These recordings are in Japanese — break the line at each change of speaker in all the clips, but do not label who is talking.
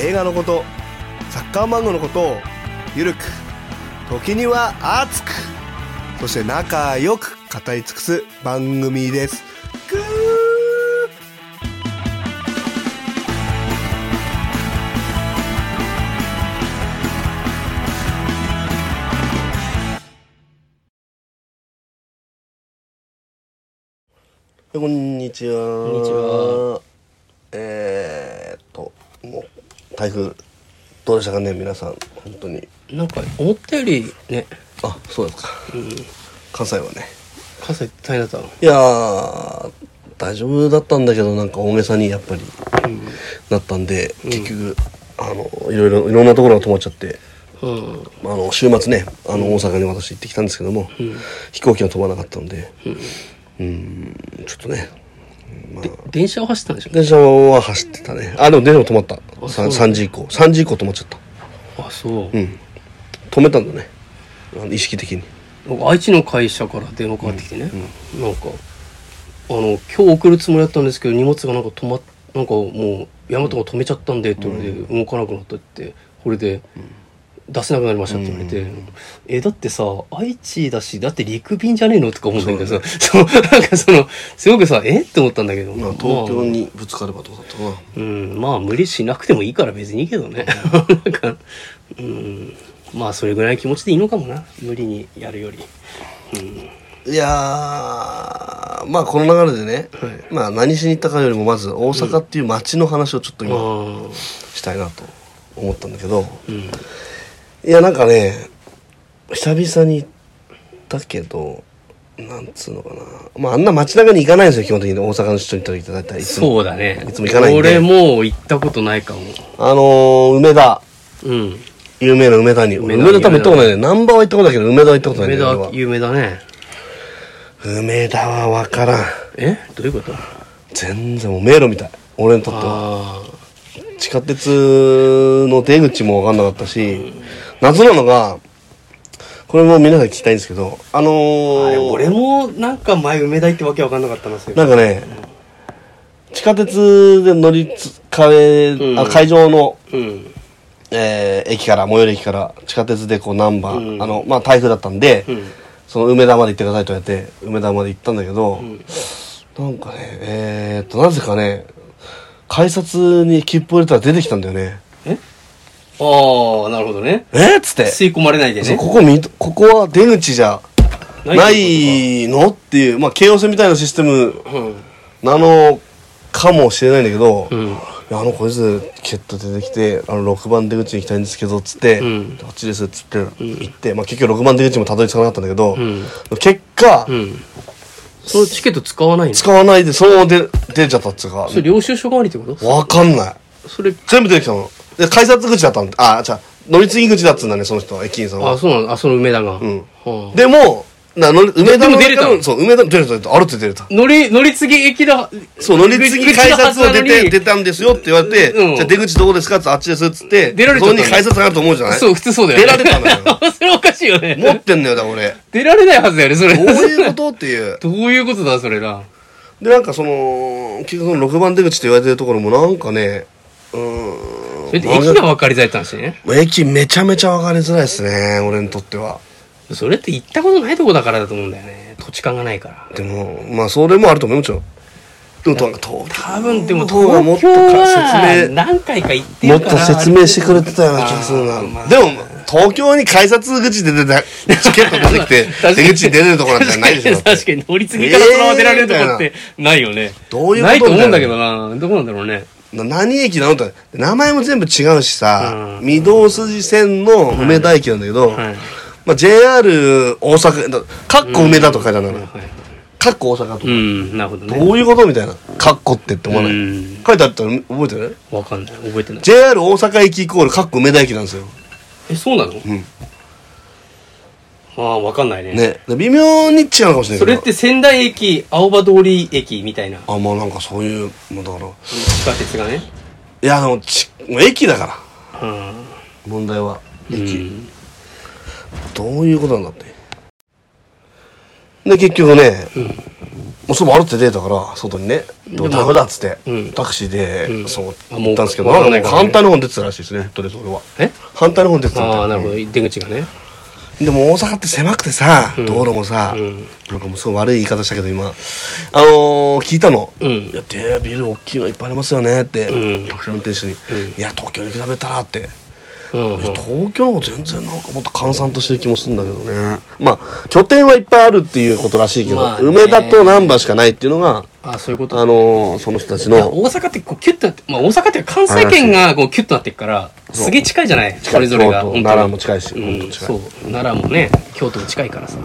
映画のことサッカー漫画のことをゆるく時には熱くそして仲良く語り尽くす番組ですぐーこんにちは。
こんにちは。
えーっと、もう台風どうでしたかね皆さん本当に
なんか思ったよりね
あそうですか、関西はね
傘大変だったの
いやー大丈夫だったんだけどなんか大げさにやっぱりなったんで、結局あのいろいろいろんなところが止まっちゃって
うん
あの週末ねあの大阪に私行ってきたんですけども、飛行機が飛ばなかったんでうんちょっとね
で電車を走ったんでし
電車は走ってたねあでも電車も止まった
あ
さん
そう
3時以降3時以降止まっちゃった
ょあそう、
うん止めたんだねあの意識的に
僕愛知の会社から電話かかってきてね、なんかあの「今日送るつもりだったんですけど荷物がなんか止まっなんかもうヤマトが止めちゃったんで」って言われて動かなくなったってこれで出せなくなりましたって言われて、えだってさ愛知だしだって陸便じゃねえのとか思うんだけどさそう、なんかそのすごくさえって思ったんだけど、
まあ、東京にぶつかればどうだったかな、
うん、まあ無理しなくてもいいから別にいいけどね。 なんか、うん、まあそれぐらいの気持ちでいいのかもな。無理にやるより。
いやーまあこの流れでね、
はい
まあ何しに行ったかよりもまず大阪っていう街の話をちょっと
まあ、
今したいなと思ったんだけど、
うん。
いやなんかね久々に行ったけどなんつうのかなまああんな街中に行かないんですよ基本的に大阪の人に行った時って大体いつも
そうだね。
いつも行かないんで
俺もう行ったことないかも。
あのー、梅田
うん。
有名な梅田に
梅
梅
田
田多分行ったことないね難波は行ったことだけど梅田は行ったことない
梅
ね
田
俺
は
は
有名だね。
梅田は分からん
えどういうこと
全然もう迷路みたい俺にとっては
ああ。
地下鉄の出口も分かんなかったし、謎なのが、これも皆さん聞きたいんですけど、あのー
あれ俺もなんか前梅田行ってわけわかんなかったな、そういえ
な
ば
んかね、地下鉄で乗りつかえ、
うん
あ会場の、
うん。
えー駅から、最寄り駅から、地下鉄でこうナンバー、
うん
あの、まあ台風だったんで、
うん。
その梅田まで行ってくださいと言われて、梅田まで行ったんだけど、
ん
なんかね、えー、っと、なぜかね、改札に切符を入れたら出てきたんだよね。
えああ、なるほどね。
えっつって。
吸い込まれないで
そう
ね。
ここみここは出口じゃな
って
いのっていう、まあ、京王線みたいなシステム
こと
な
か。
のかもしれないんだけど、
う
い
ん。うん。
やあのこいつケット出てきてあの6番出口に行きたいんですけどっつって、
うん
どっちですっつって行って、まあ、結局6番出口もたどり着かなかったんだけど、
ん
結果、
うん。そのチケット使わないの
使わないでそのまま出出ちゃったっつうか
それ領収書代わりってこと
わかんない
それ、
全部出てきたので改札口だったんだあじゃ乗り継ぎ口だっつうんだねその人は駅員さんは
あ、そうなのあ、その梅田が。うんはあ、
でも、な乗り梅田の
でも出れたの
そう、梅田の出れた、出れたあるって出れた。
乗り、乗り継ぎ駅だ。
そう、乗り継ぎ改札を出
口
て、
の端なの
出
に
たんですよって言われて、
うん
じゃあ出口どこですかってあっちですっつって、
出られちゃ
そ
ったん
こ
だ
に改札があると思うじゃない
そう、普通そうだよ、
出られたのよ。
それおかしいよね。
持ってんのよ、だから俺。
出られないはずだよね、それ。
どう いうことっていう。
どういうことだ、それな。
で、なんかその、結局その6番出口って言われてるところもなんかね、うーん。
それで駅が分かりづらいって話ね。
駅めちゃめちゃ分かりづらいですね、俺にとっては。
それって行ったことないとこだからだと思うんだよね。土地勘がないから。
でも、まあ、それもあると思うよ、もちろん。でも、なんか東京
多分でも
東京はもっ
東
と
京は
説明
何回か行って
もっ
るか
と
ら。
説明してくれてたような気がする
あ
な。
ーまあ
でも、東京に改札口で出た、チケット出てきて
確、かに
出口に出れるところなんてないでしょ。だって
確かに乗り継ぎからそのまま出られるとこってないよね。
どういうこと
ないと思うんだけどな。どこなんだろうね。
な何駅なのって、名前も全部違うしさ、
うん
御堂筋線の梅田駅なんだけど、
はい。
まあ、JR 大阪、だかっこ梅田とかじゃないの。
はい
かかっこ大阪と
う
か、
ん、なるほどね。
どういうことみたいな。かっこってって思わない。
うん
書いてあったの覚えてない
わかんない。覚えてない。
?JR 大阪駅イコールかっこ梅田駅なんですよ。
え、そうなの
ん
ああ、わかんないね。
ね。微妙に違うのかもしれないけど。
それって仙台駅、青葉通り駅みたいな、
あ、まあなんかそういう、まあだから。
地下鉄がね。
いや、でも、ち、もう駅だから。
うん。
問題は。
うん
どういうことなんだって。で、結局ね、もうそばあるって出たから、外にね、でもダメだっつって、
うん
タクシーで、
うん
そう、
あ
行ったんですけど、なんかも
もうわ
う
かんないからね
反対の方に出てたらしいですね、とりあえず俺は。
え
反対の方に出てたみたい
ああ、なるほど。出口がね。
でも大阪って狭くてさ、
ん
道路もさ、
うん
なんかもうすごい悪い言い方したけど今、あのー、聞いたの。
うん
いや、で、ビル大きいのいっぱいありますよねって、
うん
タクシーの運転手に、いや、東京に比べたらって。
うんうん。
東京の方全然なんかもっと閑散としてる気もするんだけどね。まあ、拠点はいっぱいあるっていうことらしいけど、
まあね
梅田と難波しかないっていうのが、
ああ、そういうこと。
あのー、その人たち
いや
の、
大阪ってこうキュッとなって、まあ、大阪っていうか関西圏がこうキュッとなってるからすげえ近いじゃない
い
それぞれが
京都
本当に
奈良も近いし
うん
本当近い
そう奈良もね京都も近いからさ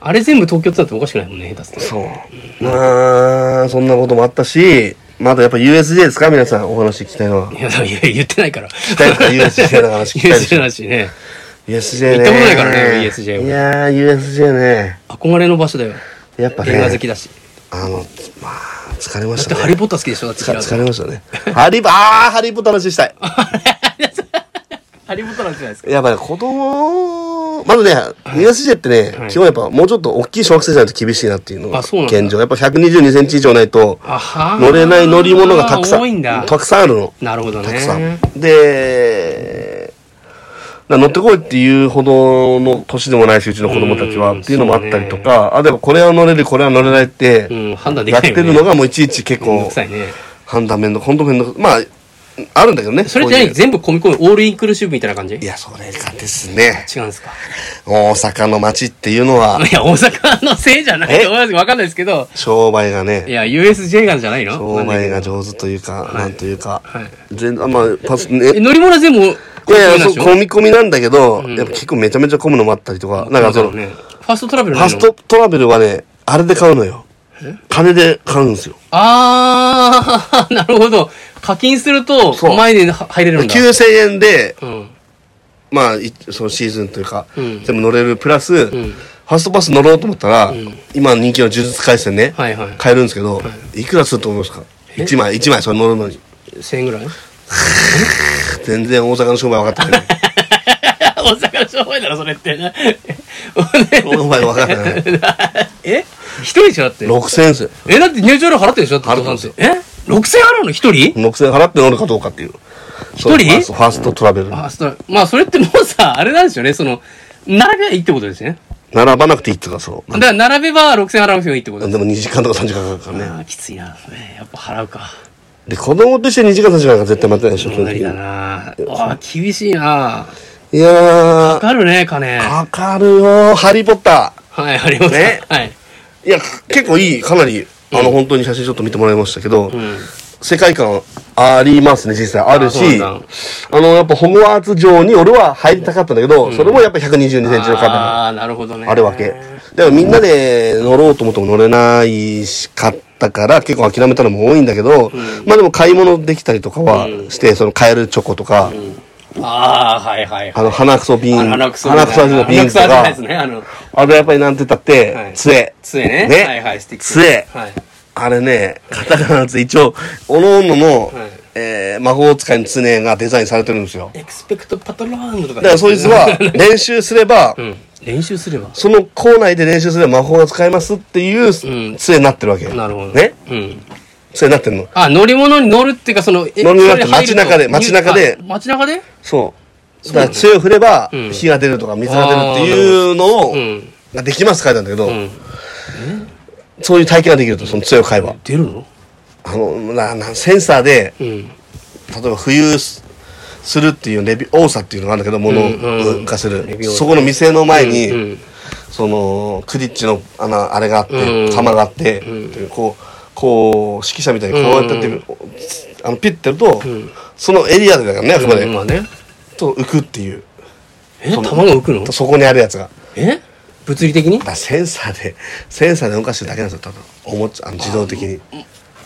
あれ全部東京ってなってもおかしくないもんね下手すると
そう。まあ、そんなこともあったし、まだやっぱ USJ ですか皆さんお話聞きたいのは。
いやいや言ってないから
たいですか USJ の話聞きたいでし
USJ
ょ
の話ね
USJ ね。
行ったことないからね USJ
いやー、USJ ね。
憧れの場所だよ
やっぱね。
映画好きだし
あの、まあ、疲れま
だ
し
って
た
ハ
ね。
リー・ポッター好きでしょだっ
疲
て平
れ
野
疲れましたね。ハリー、あー、ハリーポッターの話したい。
ハリー・ポッターなんじゃないですか
やっぱり子供、まだね、USJ ってね、
はい
基本やっぱもうちょっと大きい小学生じゃないと厳しいなっていうのが
あそうなんだ
現状。やっぱ122センチ以上ないと
あはー
乗れない乗り物がたくさ
多いん
ん、
だ
たくさんあるの。
なるほどね
たくさん。で、だから乗ってこいっていうほどの年でもないし、うちの子供たちは
うん
っていうのもあったりと
そう
か、あ、でもこれは乗れる、これは乗れないって、
うん判断でき
やっ
ない
て
よね
るのがもういちいち結
めんど
構
く、さいね
判断面の、本当面の、まあ、あるんだけどね。
それじゃ
こう
ないいう全部込み込みオールインクルーシブみたいな感じ
いや、それがですね、
違うんですか
大阪の街っていうの は、
いや、大阪のせいじゃない
え
と思いますわかんないですけど、
商売が
い
ね、
や、USJ がじゃないの
商売が
なんだっ
上手というか、
い
なんというか、
はい
全あまあ、パス、
けえ
ね、
乗り物は全部、
いやいや、
なん
そ
で
う、
しょ
込み込みなんだけど、
うん
やっぱ結構めちゃめちゃ混むのもあったりとか、なんかその、
うだよねファーストトラベル
フ
な
ァ
いの
ストトラベルはね、あれで買うのよ。金で買うんですよ。
あー、な るほど。課金すると
そ、う
前に入れるんだ。
9000円で、
うん。
まあ、いそのシーズンというか、
うん
全部乗れるプラス、
ん
ファストパス乗ろうと思ったら、
ん
今人気の呪術回戦ね、
はいはい
買えるんですけど、い、くらすると思いますか
え
?1 枚、1枚、それ乗るのに。
1000円ぐら い
全然大阪の商売分かってない。
大阪の商売だろ、それって。
商売分かってない。
え一人でしょだって。
6000円ですよ。
え、だって入場料払ってるでしょだって
払ってますよ
え ?6000 払うの一人
6000円払って乗るかどうかっていう。そう
一人
ファーストファーストトラベル。
あ、そうまあ、それってもうさ、あれなんですよね。その、並べばいいってことですね。
並ばなくていいっていうか、そう。
だから、並べば6000払う人もいいってことです
でも2時間とか3時間かかるからね。
ああ、きついな。やっぱ払うか。
で、子供として2時間3時間が絶対待てないでしょ、基本
無
的
理
に
だな。ああ、厳しいな。
いや
か
ー、
かるね、金。
か
は
かるよハリーポッタ
い、あります
ね
ね。はい。
ー。いや、結構いい、かなり、あの、本当に写真ちょっと見てもらいましたけど、
うん。
世界観ありますね、実際。ある
あそう
し、
なん
あ
だ
の、やっぱホグワーツ城に俺は入りたかったんだけど、それもやっぱ122センチの壁が
ああ、なるほどね。
あるわけ。だからみんなで乗ろうと思っても乗れないしかったから、結構諦めたのも多いんだけど、まあでも買い物できたりとかはして、その買えるチョコとか、
ああ、はいはいは
あ
い。
の、鼻くそ瓶、
あの鼻くそ。
鼻くそ味の瓶と
鼻くそ味のや
か
つ、ね。あの、
あれやっぱりなんて言ったっ
は
て
い、
杖。
杖ね。
ね
はいはい、スティック。
杖
はい。
あれね、カタカナの杖、一応、おのおのの
はい、
えー魔法使いの杖がデザインされてるんですよ。
エクスペクトパトローンとか。
だからそいつ は、練習すれば
う、ん。練習すれば。
その校内で練習すれば魔法が使えますっていう
うん
杖になってるわけ。
なるほど。
ね
うん。
杖になってるの。
あ、乗り物に乗るっていうか、その、え
乗り物
それ入ると
街中で街中で
あ街中で
そう。だから杖を振れば
うん、
火が出るとか水が出るっていうのを
う、ん。
ができますって書いてあるんだけ
う
ど、
ん。
そういう体験ができると、その杖を買えば。
出るの
あの、ななセンサーで、
うん。
例えば浮遊すするっていうレビオーサっていうのがあるんだけど物を浮かせる、
レビオーサ
そこの店の前に、
うん
そのクリッチのあのあれがあって、
うん
玉があって、こうこう指揮者みたいにこうやってやって、
うん
あのピッてやると、そのエリアでだからねあくまで、
うんまあね。
と浮くっていう
え、玉が浮くの
そこにあるやつが
え物理的に
あセンサーでセンサーで動かしてるだけなんですよ多分おもちゃあの自動的に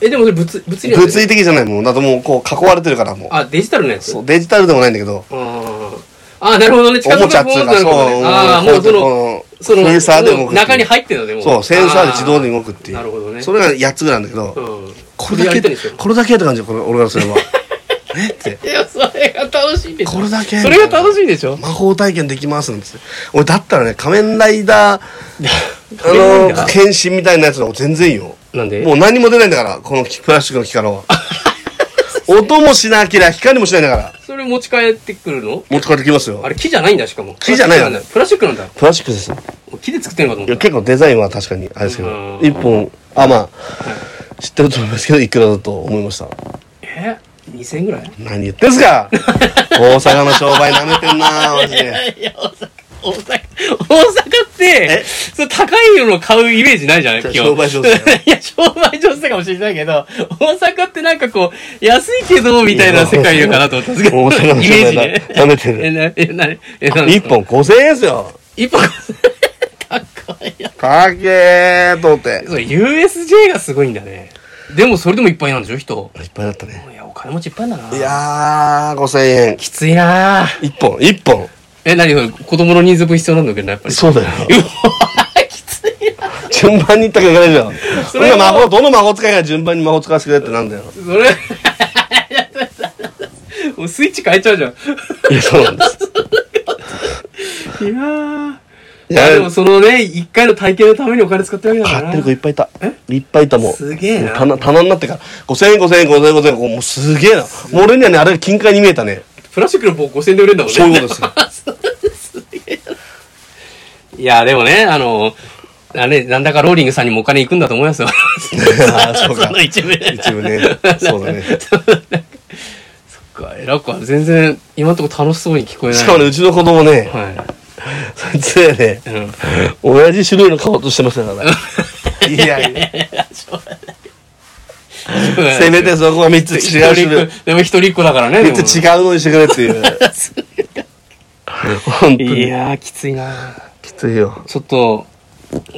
えでもそれ物物理なんです
物理的じゃないもんだともうこう囲われてるからもう
あデジタルのやつ
そうデジタルでもないんだけど
あーあ、なるほどね。
おもちゃっつうか
近づくものなのねああ、もうその、その、
センサーで動くっていう
中に入ってるのでも
そうセンサーで自動で動くっていう
なるほどね
それが8つぐらいなんだけど、
うん。
これだ
や
け
りたいんですよ
これだけって感じよこれ俺らそれは えって
いや、それが楽しいでしょ。
これだけ
それが楽しいでしょ。
魔法体験できますなんつって俺だったらね仮面ライダー
仮面ライ
あ
ダ
の
ー
剣心みたいなやつの方が全然いいよ
なんで
もう何も出ないんだからこのプラスチックの木から は音もしなきゃ光もしないんだから
それ持ち帰ってくるの
持ち帰ってきますよ
あれ木じゃないんだ、しかも。
木じゃないの
プラスチックなんだ。
プラスチックです
木で作ってるのか
い
と思
や
った。
結構デザインは確かにあれですけ
う
ど
ん
一本あまあ知ってると思いますけどいくらだと思いました
え ?2000 円ぐらい
何言ってんす か大阪の商売なめてんなマジで
いや、大阪、大阪、大阪って、
え
それ高いのを買うイメージないじゃない
じゃあ
基本
商売上手だよ
いや、商売上手かもしれないけど、大阪ってなんかこう、安いけど、みたいな世界かなと思ったんですけど、
大阪の
イメージ
商売
ね。
な舐めてる
え、な、え、な、え、な、
一。本5000円ですよ
一本。 高いや。
かけーと思っ て
そう、USJ がすごいんだね。でもそれでもいっぱいなんでしょ、人。
いっぱいだったね
いや、お金持ちいっぱいなんだな。
い、やー5000円
きついなぁ
一本一本
え、なにそれ、子供の人数分必要なんだけどな、やっぱり。
そうだよ
うわきついな
順番に行ったらいけないじゃん
それ
そ
は
んな孫どの孫使いが順番に孫使わせてくれってなんだよ
それ もうスイッチ変えちゃうじゃん。い
いやそうなんです
やー。い
い
や
や
でもそのね、一回の体験のためにお金使ってるわけだ
買
か
っ
らな。
てる子いっぱいいたいっぱいいたもう
すげえな
棚棚になってから5000円5000円5000円5000円もうすげえなもう俺にはねあれが金塊に見えたね
プラスチックの棒5000円で売れるんだもんね。
そういうこと ですよ
いや、でもね、あの、あれ、なんだかローリングさんにもお金行くんだと思いますよ。
あそうか
その一部で。
一部ねそうだね
そっか、えらくは全然、今んとこ楽しそうに聞こえない。
しかもねうちの子供ね
は
そいつやね
い。うん。
親父種類の買おうとしてましたからいやいや せめてそこは3つ違う種類
一人っ子でも一人っ子だからね。でも
3つ違うのにしてくれって いう本当
い
に
やー、きついな
きついよ
ちょっと、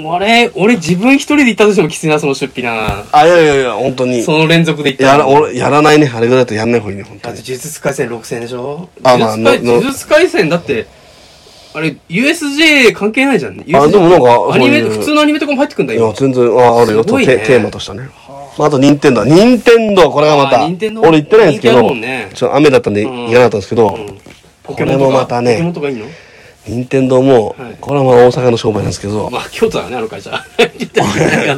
俺、俺自分一人で行ったとしてもきついな、その出費な
あいやいやいや本当に
その連続で行った
やら俺やらないねあれぐらいだとやんない方がいいね本当
だって
に
呪術廻戦6000円でしょ
あまあ
呪術廻
のの
呪術廻戦だって、あれ、USJ 関係ないじゃんね。
あでもなんか
アニメ、
そういう
普通のアニメとかも入ってくんだ
い
よ
や。全然ああるよ
す
と
ごいね
テテーマとしたねまああと任天堂任天堂これがま
あ
た
ー任天堂
俺行ってないんですけ
人気ある
ど
もんね
ちょっと雨だったんで
うん
嫌だったんですけど
うんポ
これもまたね
ポケモンとかいいの
任天堂も
はい
これはまあ大阪の商売なんですけど
まあ、京都だよね、あの会社。言ってたけど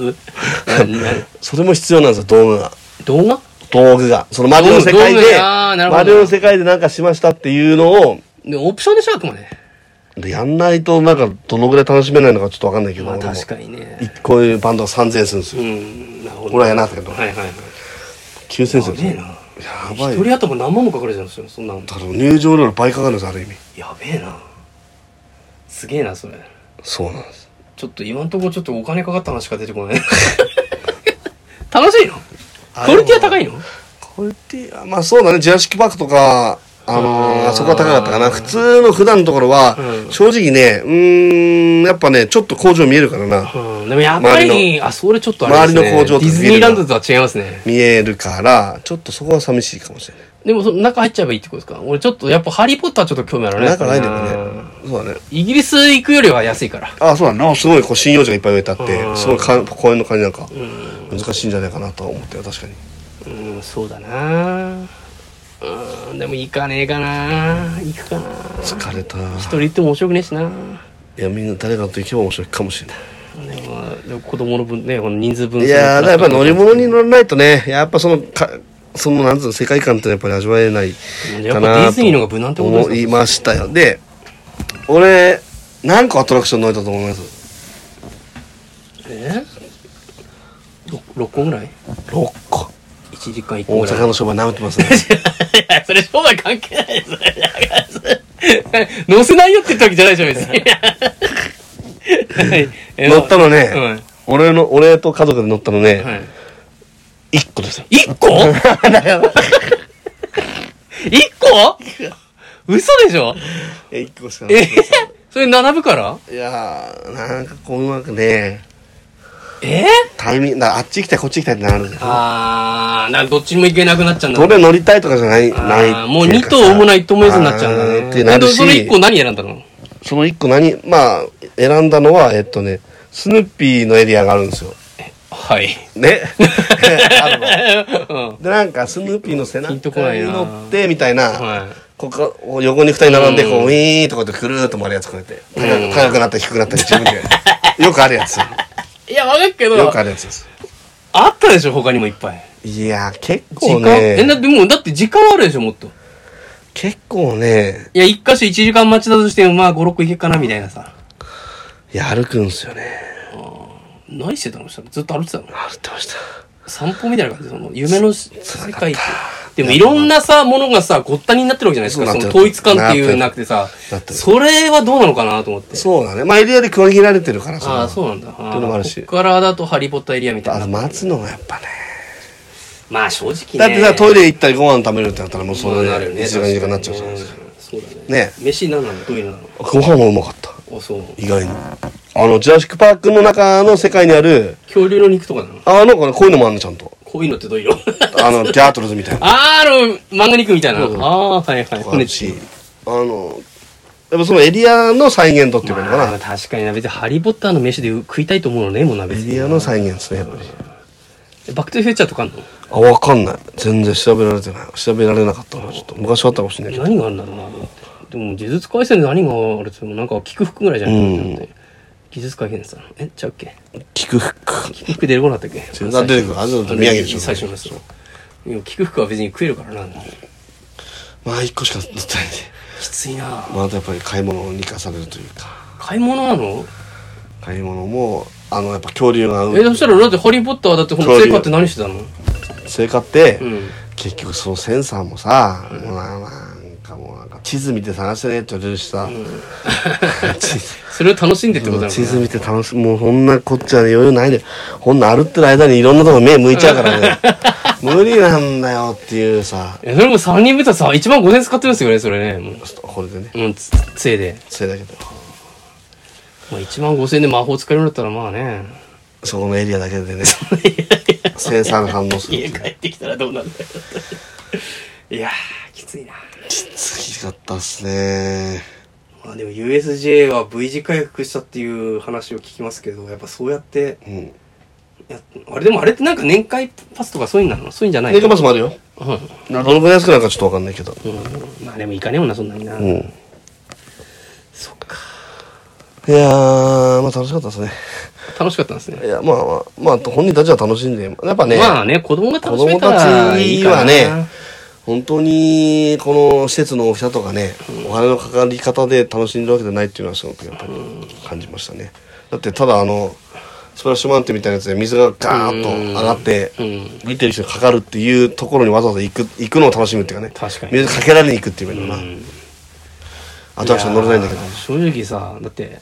何
それも必要なんですよ道具が
動画
道具がそのマリオの世界
道具
で
あーなるほど
マリオの世界でなんかしましたっていうのを
でもオプションでしょ、あくまで。
でやんないとなんかどのぐらい楽しめないのかちょっとわかんないけど
まあ、
俺も
確かにね。
こういうバンドは3000円するんです
う
よ
ん、なるほど。
俺はやらなかったけど
はいはいはい。
9000円するんで
やべえ
すよ
な。
やばい
一人頭何万もかかるじゃん、そんなの。
だから入場料の倍かかるんですある意味
やべえな。すげえな、それ。
そうなんです
ちょっと今んとこちょっとお金かかった話しか出て こない。楽しいの
あ
クオリティは高いの
これってまあそうだねジュラシック・パークとかあのー
あー
あそこは高かったかな普通の普段のところは
うん
正直ねうーんやっぱねちょっと工場見えるからな
うん、でもやっぱ
周
り、
り
あ、それちょっとあれですね。
周りの工場と
ディズニーランドとは違いますね。
見えるからちょっとそこは寂しいかもしれない
でも、その中入っちゃえばいいってことですか俺ちょっと、やっぱハリーポッターちょっと興味あるね。
なんかないんだ
う
よね
ん
そうだね
イギリス行くよりは安いから。
あそうだなすごいこう針葉樹がいっぱい植えてあっ
うん
てすごいか公園の感じなんか
うん、
難しいんじゃないかなとは思って確かに
うん、そうだなうん、でも行かねえかな行くかな
疲れた
一人行っても面白くねえしない
やみんな誰かと行けば面白いかもしれない
でも、でも子供の分ね、この人数分。
いやーだからやっぱ乗り物に乗らないとねやっぱそのかそのなんつうの世界観ってやっぱり味わえない
や
か
っぱデ
な
ィズニーの方が無難って
と
ことです
思
か
いましたよで俺何個アトラクション乗れたと思います
え6個ぐらい
6個
?1 時間1個
大
ぐらい
阪の商売舐めてますね
いや それ商売関係ないですそれだからそれ乗せないよって言ったわけじゃないでしょ 別にはいえ
乗ったのね、
うん
俺の俺と家族で乗ったのね、
はい
一1個ですよ
1個 ?1 個嘘でしょ
1個しか
えそれ並ぶから
いやー、なんかこううまくね、
え
タイミング、だからあっち行きたい、こっち行きたいってなるんですよ。
あー、なんどっちにも行けなくなっちゃうんだ
どれ乗りたいとかじゃない、ない。
あーもう2頭もないいともえずになっちゃうんだ
あー
ね。
ってなるし
でその1個何選んだの
その一個何、まあ、選んだのは、えっとね、スヌーピーのエリアがあるんですよ。
はい。
ね あるの。
うん。
で、なんか、スヌーピーの背中
ピンとこない
に
な
乗って、みたいな、
は
ここ、こう横に二人並んで、こう、ウィーンとかでくるーっと回るやつこうやって。高く高くなったり低くなったり、自分で。よくあるやつ。よ
い。いや、わかるけど、
くあるやつです。
あったでしょ、他にもいっぱい。
いやー、結
時
構
間、え、だ
ね、
ってもう、だって時間はあるでしょ、もっと。
結構ね、
いや、1箇所1時間待ちだとしても、まあ5、6行けっかな、みたいなさ。
いや、歩くんですよね。
何してたのしたらずっと歩いてたの
歩ってました。
散歩みたいな感じその夢のし世界ってでもいろんなさものがさごったになってるわけじゃないですか
そう
そ
なって
の
る
統一感っていうなくてさ
なってる
それはどうなのかなと思って
そうだね。まあ、エリアで区切られてるから、
ああ
う。
そうなんだあ
っていうのもあるし
ーここからだとハリー・ポッターエリアみた
あ
い
と、
な
待つのがやっぱね。
まあ正直ね
だってさ、トイ
レ
レ行ったりご飯食べるってなったら、もうそんなね、1時間2時間になっちゃうじゃないですか。
そうだね
ね
飯何なのトイレなの
ご飯もうまかった。
あそう
意外に。あの、ジュラシックパークの中の世界にある、
恐竜の肉とかなの
あ、なんかね、こういうのもあるの、ちゃん と。
こういうのって どういう色
あの、ジャートルズみたいな。
あーあの漫画肉みたいなあ
そう
あーはいはい
あるし、あの、やっぱそのエリアの再現度っていうのか
まあ、
な。
確かにな別にハリー・ポッターの飯で食いたいと思うのねもうな別
エ
に
リアの再現ですね、やっぱり。
バック・トゥ・フューチャーとかあんの
あ、わかんない。全然調べられてない。調べられなかったな、ちょっと。昔はあったかもしれないけど。
何があるんだろうなと思ってでも呪術廻戦で何があるってもなんか聞く服ぐらいじゃないかなと思って技術改変さえちゃうっけ
菊服。
聞く服出てこなかったっけ
全然出てくるあずっと宮城でしょ
最初のやついや聞く服は別に食えるからな
まあ、一個しか乗ってないんで。
きついな
まあ、あとやっぱり買い物に生かされるというか。
買い物なの
買い物も、あの、やっぱ恐竜が、
えそしたらだってハリー・ポッターだってこの成果って何してたの
成果って、
うん
結局そのセンサーもさ、もうななんかもうなんか地図見て探してねって言われるしさ、地図
それを楽しんでってことだもん
地
ね
図見て楽しいもうそんなこっちはね余裕ないでほんの歩ってる間にいろんなとこ目向いちゃうから ね無理なんだよっていうさ
えそれも3人目とさ1万5000使ってるんですよねそれねもう
ちょっとこれでね
うん、つ、杖で。
それだけで
まあ、1万5千円で魔法使えるんだったら、まあね。
そこのエリアだけで ねセンサーが反応するって
家
いう
帰ってきたらどうなんだよ。いやー、きついな。
きつかったっすね
まあでも USJ は V 字回復したっていう話を聞きますけど、やっぱそうやって、
うん
やあれでもあれってなんか年会パスとかそういうのなのそういうんじゃない
ネイバスもあるよ
うん。
などのくらい安くなるかちょっとわかんないけど
うん。まあでもいかねえもんな、そんなにな。
うん
そっか。
いやーまあ楽しかったですね
楽しかったんですね
い。や、まあまあ、まあ、本人たちは楽しんで、やっぱね、
まあね、子供が楽しめたらいい
子供
かな。
たちはね本当に、この施設の大きさとかね、お金のかかり方で楽しんでるわけじゃないっていうのはすごくやっぱり感じましたね。だって、ただあの、スプラッシュマウンテンみたいなやつで水がガーッと上がって
う、ん。
見てる人にかかるっていうところにわざわざ行く、行くのを楽しむっていうかね。
確かに
水かけられに行くっていうのかな。アトラクション乗れないんだけど
や。ー正直さだって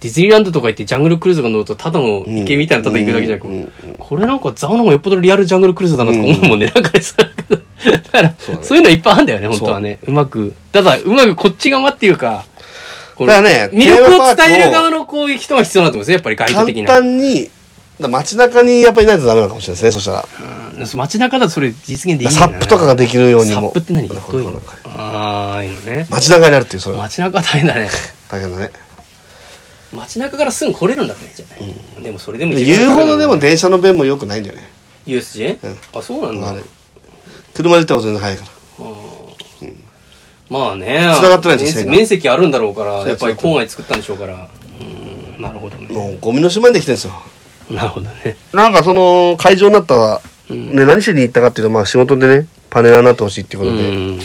ディズニーランドとか行ってジャングルクルーズが乗るとただの池みたいなただ行くだけじゃなく、これなんかザオの方がよっぽどリアルジャングルクルーズだなとか思うもんね、なんかさだから そう,、いうのいっぱいあるんだよね本当はねうまくただうまくこっち側っていうかこの
だからね
魅力
テーマパー
を
クを
伝える側のこういう人が必要なんだと思うんですよやっぱりガイド
簡
的な
単に、だから街中にやっぱりいないとダメなのかもしれないですね、そしたら。
うん街中だとそれ実現できないんだよね
サップとかができるように
サ
も。
ップって何ど
なんか
ういう
なん
の
か
ああいいのね
街中にあるっていう、それは。
街中は大変だね
大変だね。
街中からすぐ来れるんだねじゃない、でもそれでも一番
言うほどでも電車の便も良くないんだよね。
USJ、
う
あそうなんだ、
あれ車で行ったら全然早いから。
まあね
繋がってないんで
面
すよ
積面積あるんだろうから
う
やっぱり郊外作ったんでしょうからうんなるほどね
もうゴミの島にできてるんですよ。
なるほどね
なんかその会場になったら、ね、何しに行ったかっていうと、まあ仕事でね、パネラーになってほしいっていう
う
ことで
ん
行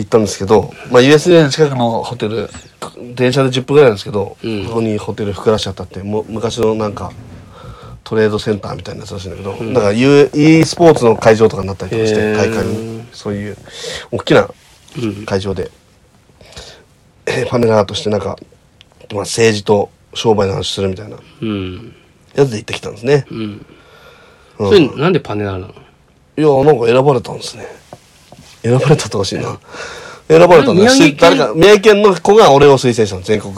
ったんですけど、まあ USJ の近くのホテル、電車で10分ぐらいなんですけど、
うん
そこにホテルふくらしちゃったって、もう昔のなんか、トレードセンターみたいなやつらしいんだけど、だから U- e スポーツの会場とかになったりとかし
へ
て、
ー
大会に、そういう大きな
うん
会場で、えーパネラーとしてなんか、まあ、政治と商売の話するみたいな
うん
やつで行ってきたんですね、
うん
うん
それなんでパネラーなの
いやなんか選ばれたんですね選ばれたっておかしいな選ばれたんだ
宮城
し誰
県
か宮城県の子が俺を推薦したの全国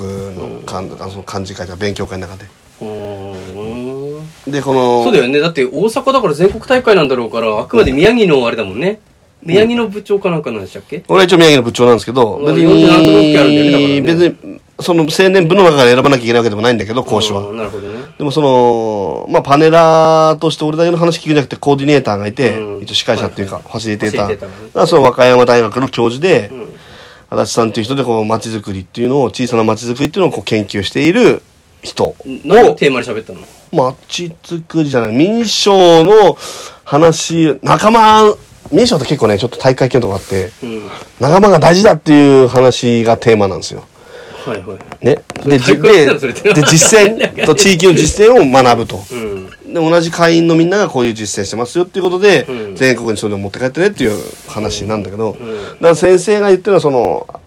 のかんあのその漢字会とか勉強会の中で
うーん
でこの
そうだよねだって大阪だから全国大会なんだろうからあくまで宮城のあれだもんね宮城の部長かなんかなんでしたっけ
俺は一応宮城の部長なんですけど、
うんいろんな学問があるんだよねだからね
別に、その青年部の中から選ばなきゃいけないわけでもないんだけど、講師
う
は。
んなるほどね
でもその、まあパネラーとして俺だけの話聞くんじゃなくて、コーディネーターがいて、
うん
一応司会者っていうか、ファシリテーター。
ファシリ
だ
テーターがね
からその和歌山大学の教授で、
ん
足立さんっていう人で、こう、街づくりっていうのを、小さな街づくりっていうのをこう研究している人。
何をテーマに喋ったの
街づくりじゃない、民商の話、仲間、民商って結構ね、ちょっと大会系のとかあって、
うん
仲間が大事だっていう話がテーマなんですよ。
はいはい
ね。で、
そ
じ
れ体育
で
館だそれって
で実践と地域の実践を学ぶと。
うん
で、同じ会員のみんながこういう実践してますよっていうことで、
うん
全国にそれを持って帰ってねっていう話なんだけど、
うん
だから先生が言ってるのはその、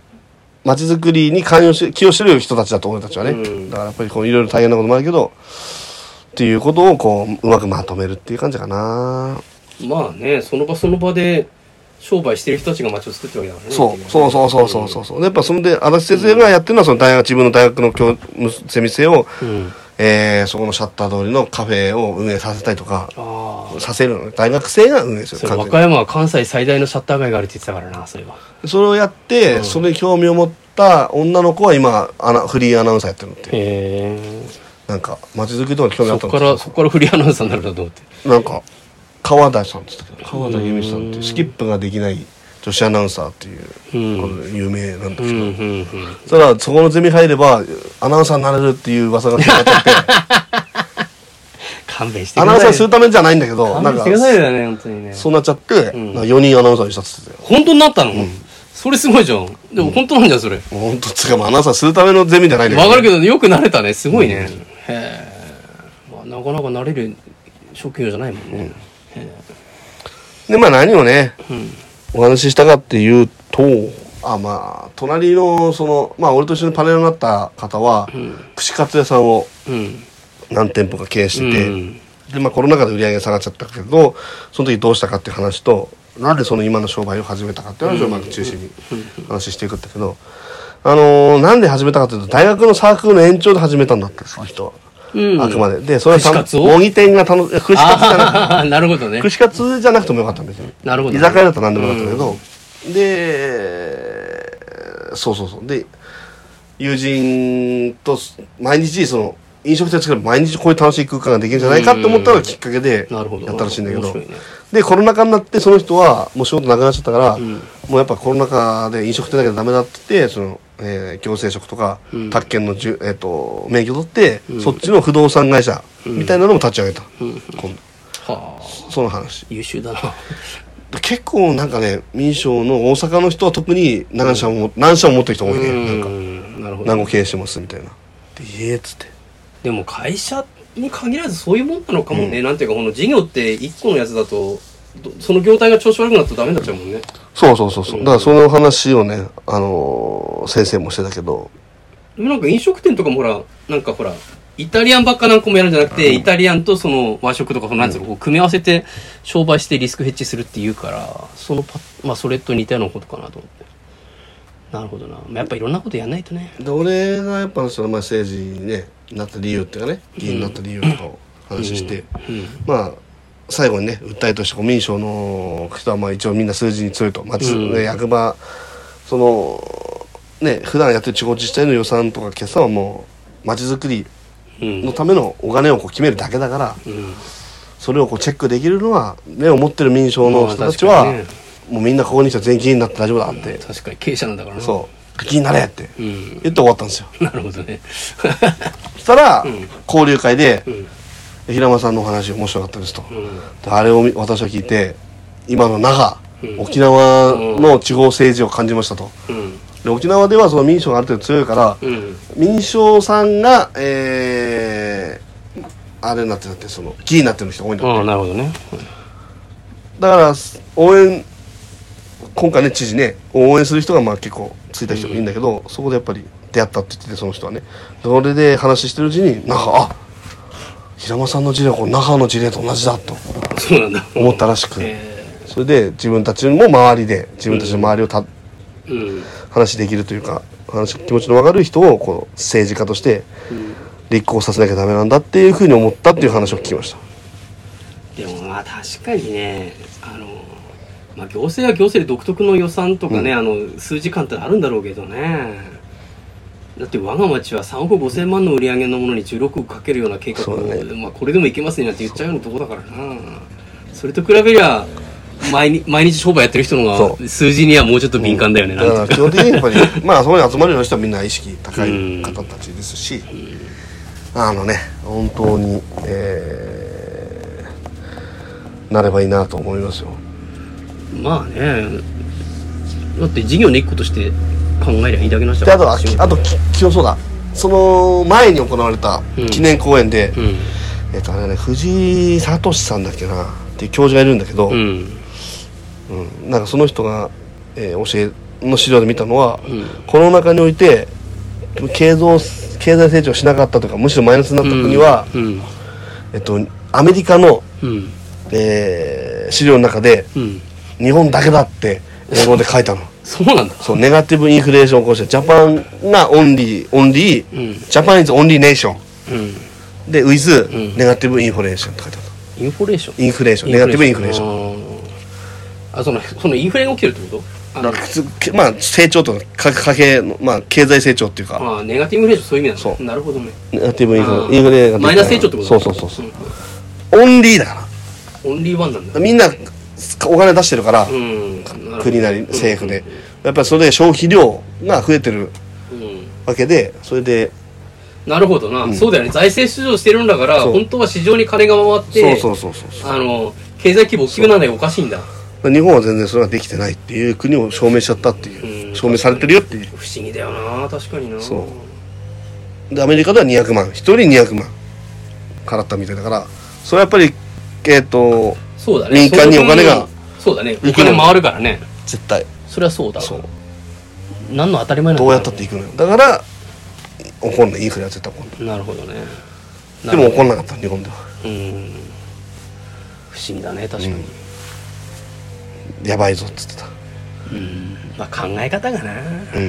街づくりに関与し、寄与してる人たちだと、俺たちはね。
うん
だからやっぱりこういろいろ大変なこともあるけど、っていうことをこう、うまくまとめるっていう感じかな。
まあねその場その場で商売してる人たちが街を作ってるわけだからね
そうそうそうそうそうそうそう。でやっぱそれで、足立先生がやってるのはその大学、自分の大学の教、セミ生を、
うん
えーそこのシャッター通りのカフェを運営させたりとか、
ああ
させるのね。大学生が運営する
それ和
完
歌
全
山は関西最大のシャッター街があるって言ってたからなそれは
にそれをやって、それに興味を持った女の子は今、アナフリーアナウンサーやってるのって。
へ
なんか、街づくりとかに興味あ
そ
った
こ
んです
から
よ。
そこからフリーアナウンサーになるんだと思って
なんか、川田さんって言ったけど、川田由美さんっていうスキップができない女子アナウンサーっていう
うん
ことで有名なんだけど、
うんうん
そしたらそこのゼミ入れば、アナウンサーになれるっていう噂が広がっ ちゃって、
勘弁して
ア
くだ
ナ
さ
ウ
い
ンサーするためじゃないんだけど、
勘
なん
弁
か
してく、ださいよね本当にね
そうなっちゃって、
ん
なんか4人アナウンサーにしたって言ってたよ。
本当になったのそれすごいじゃんでも本当なんじゃんそれ
もう本当つうかまあアナウンサーするためのゼミじゃないんだけど
わかるけどよく慣れたねすごいねへえまあなかなか慣れる職業じゃないもんね
でまあ何をね
うん
お話ししたかっていうとあまあ隣のそのまあ俺と一緒にパネルになった方は、串カツ屋さんを
うん
何店舗か経営してて、
うん
でまあコロナ禍で売り上げ下がっちゃったけどその時どうしたかっていう話となんでその今の商売を始めたかっていう話をまず中心に話していくんだけど、あのーなんで始めたかっていうと大学のサークルの延長で始めたんだってその人は。
うん
あくまで。で、それは
串カツを
模擬店が楽し、いや串カツじゃなくて
ああ なるほどね
串カツじゃなくてもよかったんですよ。
なるほど
居酒屋だと何でもよかったけど、で、そうそうそう。で、友人と毎日、その、飲食店作れば毎日こういう楽しい空間ができるんじゃないかって思ったのがきっかけで、
なるほど
やったらしいんだけど、
面白いね
で、コロナ禍になってその人はもう仕事なくなっちゃったから、
ん
もうやっぱコロナ禍で飲食店だけどダメだって言って、その、えー行政職とか、
うん
宅建のじゅ、えっ、と、免許取って、
うん
そっちの不動産会社みたいなのも立ち上げた。
うん
今
はあ
度その話。
優秀 だな
結構なんかね民商の大阪の人は特に何社も何社も持ってる人多いね、なんか
うんなるほど
何個経営してますみたいなで「ええ」っつって
でも会社に限らずそういうもんなのかもね、なんていうかこの事業って一個のやつだとどその業態が調子悪くなったらダメになっちゃうもんね
そうそうそうそうだからその話をねあのー先生もしてたけど
でもなんか飲食店とかもほらなんかほらイタリアンばっかなんかもやるんじゃなくて、イタリアンとその和食とかそのなんつうの、こう組み合わせて商売してリスクヘッジするっていうからそのパまあそれと似たようなことかなと思ってなるほどな、まあ、やっぱいろんなことやんないとね
で俺がやっぱその前政治に、ね、なった理由っていうかね議員になった理由とかを話して、
うん
まあ最後にね訴えとしてこう民商の人はまあ一応みんな数字に強いと、まあつ
うん
ね役場そのね普段やってる地方自治体の予算とか決算はもうまちづくり
うん
のためのお金をこう決めるだけだから
うん
それをこうチェックできるのは目を持ってる民衆の人たちは、
まあ確か
もうみんなここに来たら全員議員になって大丈夫だって、
確かに経営者なんだからな
そう議員になれって
ううん
言って終わったんですよ
なるほどね
そしたら、
ん
交流会で
うん
平間さんのお話面白かったですと、
うん
であれを見私は聞いて今の那覇、
うん
沖縄の地方政治を感じましたと
うん
で沖縄ではその民衆がある程度強いから、
うん
民衆さんがえーあれになってるってその議員になってる人が多いんだって
ああなるほどね
だから応援今回ね知事ね応援する人がまあ結構ついた人もいいんだけど、そこでやっぱり出会ったって言っててその人はねそれで話してるうちに那覇あ平間さんの事例はこの那覇の事例と同じだと
そうなんだ
思ったらしく、
え
それで自分たちも周りで自分たちの周りをた、
うん
話できるというか話気持ちの分かる人をこう政治家として
うん
立候補させなきゃダメなんだっていうふうに思ったっていう話を聞きました
でもまあ確かにねあの、まあ、行政は行政で独特の予算とかね、あの数時間ってあるんだろうけどねだって我が町は3億5千万の売り上げのものに16億かけるような計画
そ
を、
うだね
まあ、これでもいけますねなんて言っちゃうようなとこだからなそれと比べりゃ毎日毎日商売やってる人の
そ
方が数字にはもうちょっと敏感だよね、
だか
な
ら
んて
基
いう
本
か
的にやっぱりまあそこに集まるような人はみんな意識高い方たちですしあのね本当に、えーなればいいなと思いますよ
まあねだって事業の一個として考えりゃいいだけの人
で
だ
あ
か
と
ら
はきあとき昨日そうだその前に行われた記念公演で、
うん
えっとあれね藤井聡さんだっけなっていう教授がいるんだけど、
うん
うんなんかその人が、えー教えの資料で見たのは、
ん
この中において経済経済成長しなかったとかむしろマイナスになった国は、
うん
えっと、アメリカの、
うん
えー資料の中で
うん
日本だけだって英語で書いたの。
そうなんだ
そうネガティブインフレーションを起こしてジャパンがオンリーオンリー、
うん
ジャパンイズオンリーネーショ
うん
ンでウィズ、
ん
ネガティブインフレーションって書いてあった
インフレーション
インフレーションネガティブインフレーション
ンあーあそのそのインフレが起きてるってことあ
だ
の
からつけまあ成長とか家計の、まあ、経済成長っていうか、
あーネガティブインフレーションそういう意味な
そ
のなるほどね
ネガティブインフ
あー
レインフレが出てる
マイナス成長ってこと
そう
だ
そうそうそう
うん
オンリーだか
オンリーワンなんだ
らみんなお金出してるから、
うんるほど
国なり政府で、やっぱりそれで消費量が増えてる
うんうん
わけでそれで
なるほどな、そうだよね財政出場してるんだから
そう
本当は市場に金が回って
そうそうそうそう
あの経済規模大きくならないがおかしいんだ
日本は全然それができてないっていう国を証明しちゃったっていう、
うん
証明されてるよっていう
不思議だよな確かにな
そうでアメリカでは200万1人200万払ったみたいだからそれはやっぱりえっ、と
そうだね
民間にお金が
そうだね
行
お
くの
金回るからね
絶対
それはそうだ
そう
何の当たり前なんだ
どうやったっていくのよだから怒んないインフレは絶対怒んない
なるほどね
でも怒
ん
んなかった日本では
うん不思議だね確かに、
やばいぞっつってた
うんまあ、考え方がな
うん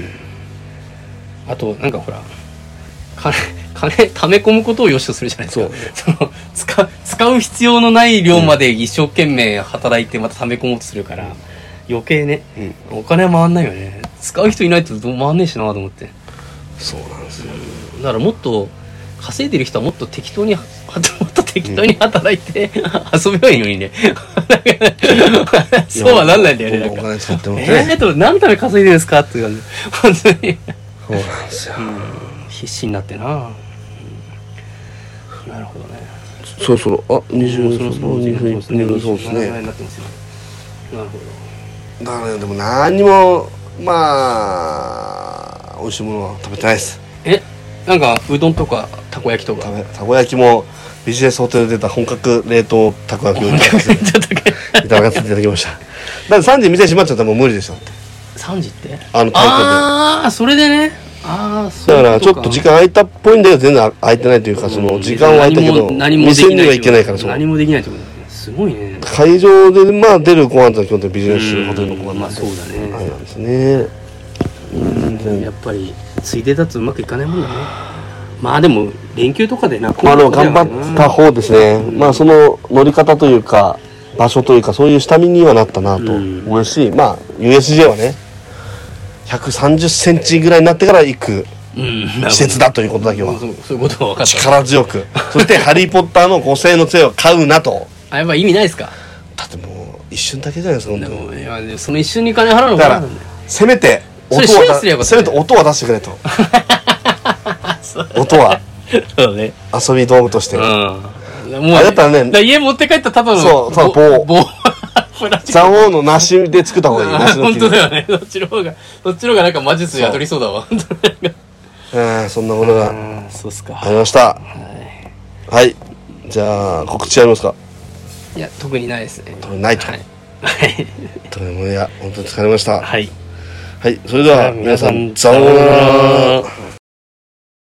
あとなんかほら金 金貯め込むことを良しとするじゃないですかその使う使う必要のない量まで一生懸命働いてまた貯め込もうとするから、余計ね、お金は回んないよね使う人いないとどう回んねえしなと思って
そうなんですよ
だからもっと稼いでる人はもっと適当に はもっと適当に働いて、遊べばいいのにね そうはなんないんだよね
い
な
や
ん
お
か
金使ってもらって
え
ね
ーと何のために稼いでるんですかっていう感じ本 当に
そうなんですよ
必死になってな、うんなるほどね
そろそろあ二十
もう
そろ二分
そう
二分そうです
27ぐらい
ね
になってますよなるほど
だからねでも何にもまあ美味しいものは食べてないです
えなんかうどんとかたこ焼きとか
たこたこ焼きもビジネスホテルで出た本格冷凍たこ焼きをいただかせて
ちょっと 待って
いただかせていただきましただって3時店閉まっちゃったらもう無理でしたって
3時って
あのタイトル
ああそれでねああそ
だ
う
か
いう
らちょっ
こと
時間空いたっぽいんだけど全然空いてないというかその時間は空いたけど
何も何もでき
店には
ない
行けないからそう
何もできないってことだねすごいね
会場でまあ出るご飯とは基本的にビジネスホテルのご
う
飯
ん
な
まあ
んで
そうだね、
はいなんですね全然
やっぱりついでだとうまくいかないもんだねまあでも連休とかでな
まあでも頑張った方ですね、まあその乗り方というか場所というかそういう下見にはなったなと
うん
思うし、まあ USJ はね130センチぐらいになってから行く
うん
施設だということだけは
そうそういうことは分かった
力強くそ して「ハリー・ポッター」の5000円の杖を買うなと
あやっぱ意味ないですか
だってもう一瞬だけじゃないですか本
で
当に
もいやでもその一瞬に金払うの
だか
からな
せめて音
それシェア
は
すりゃよ
出
かっ
せ
た
め
ね
て音は出してくれ と音は
そうね
遊び道具として
うんも
あだったらね
家持って帰ったただの
そうそう棒
棒 プラスチック
蔵王の梨で作った方がいい梨の
本
木
当
で
だよねどっちの方がどっちの方がなんか魔術宿りそうだわ
うんそんなものが
そうっす
あ
か
りましたはいじゃあ告知ありますか
いや特にないですね
特にないと
はいはい
とてもいや本当に疲れました
はい
はいそれでは皆さんざおうなら
ら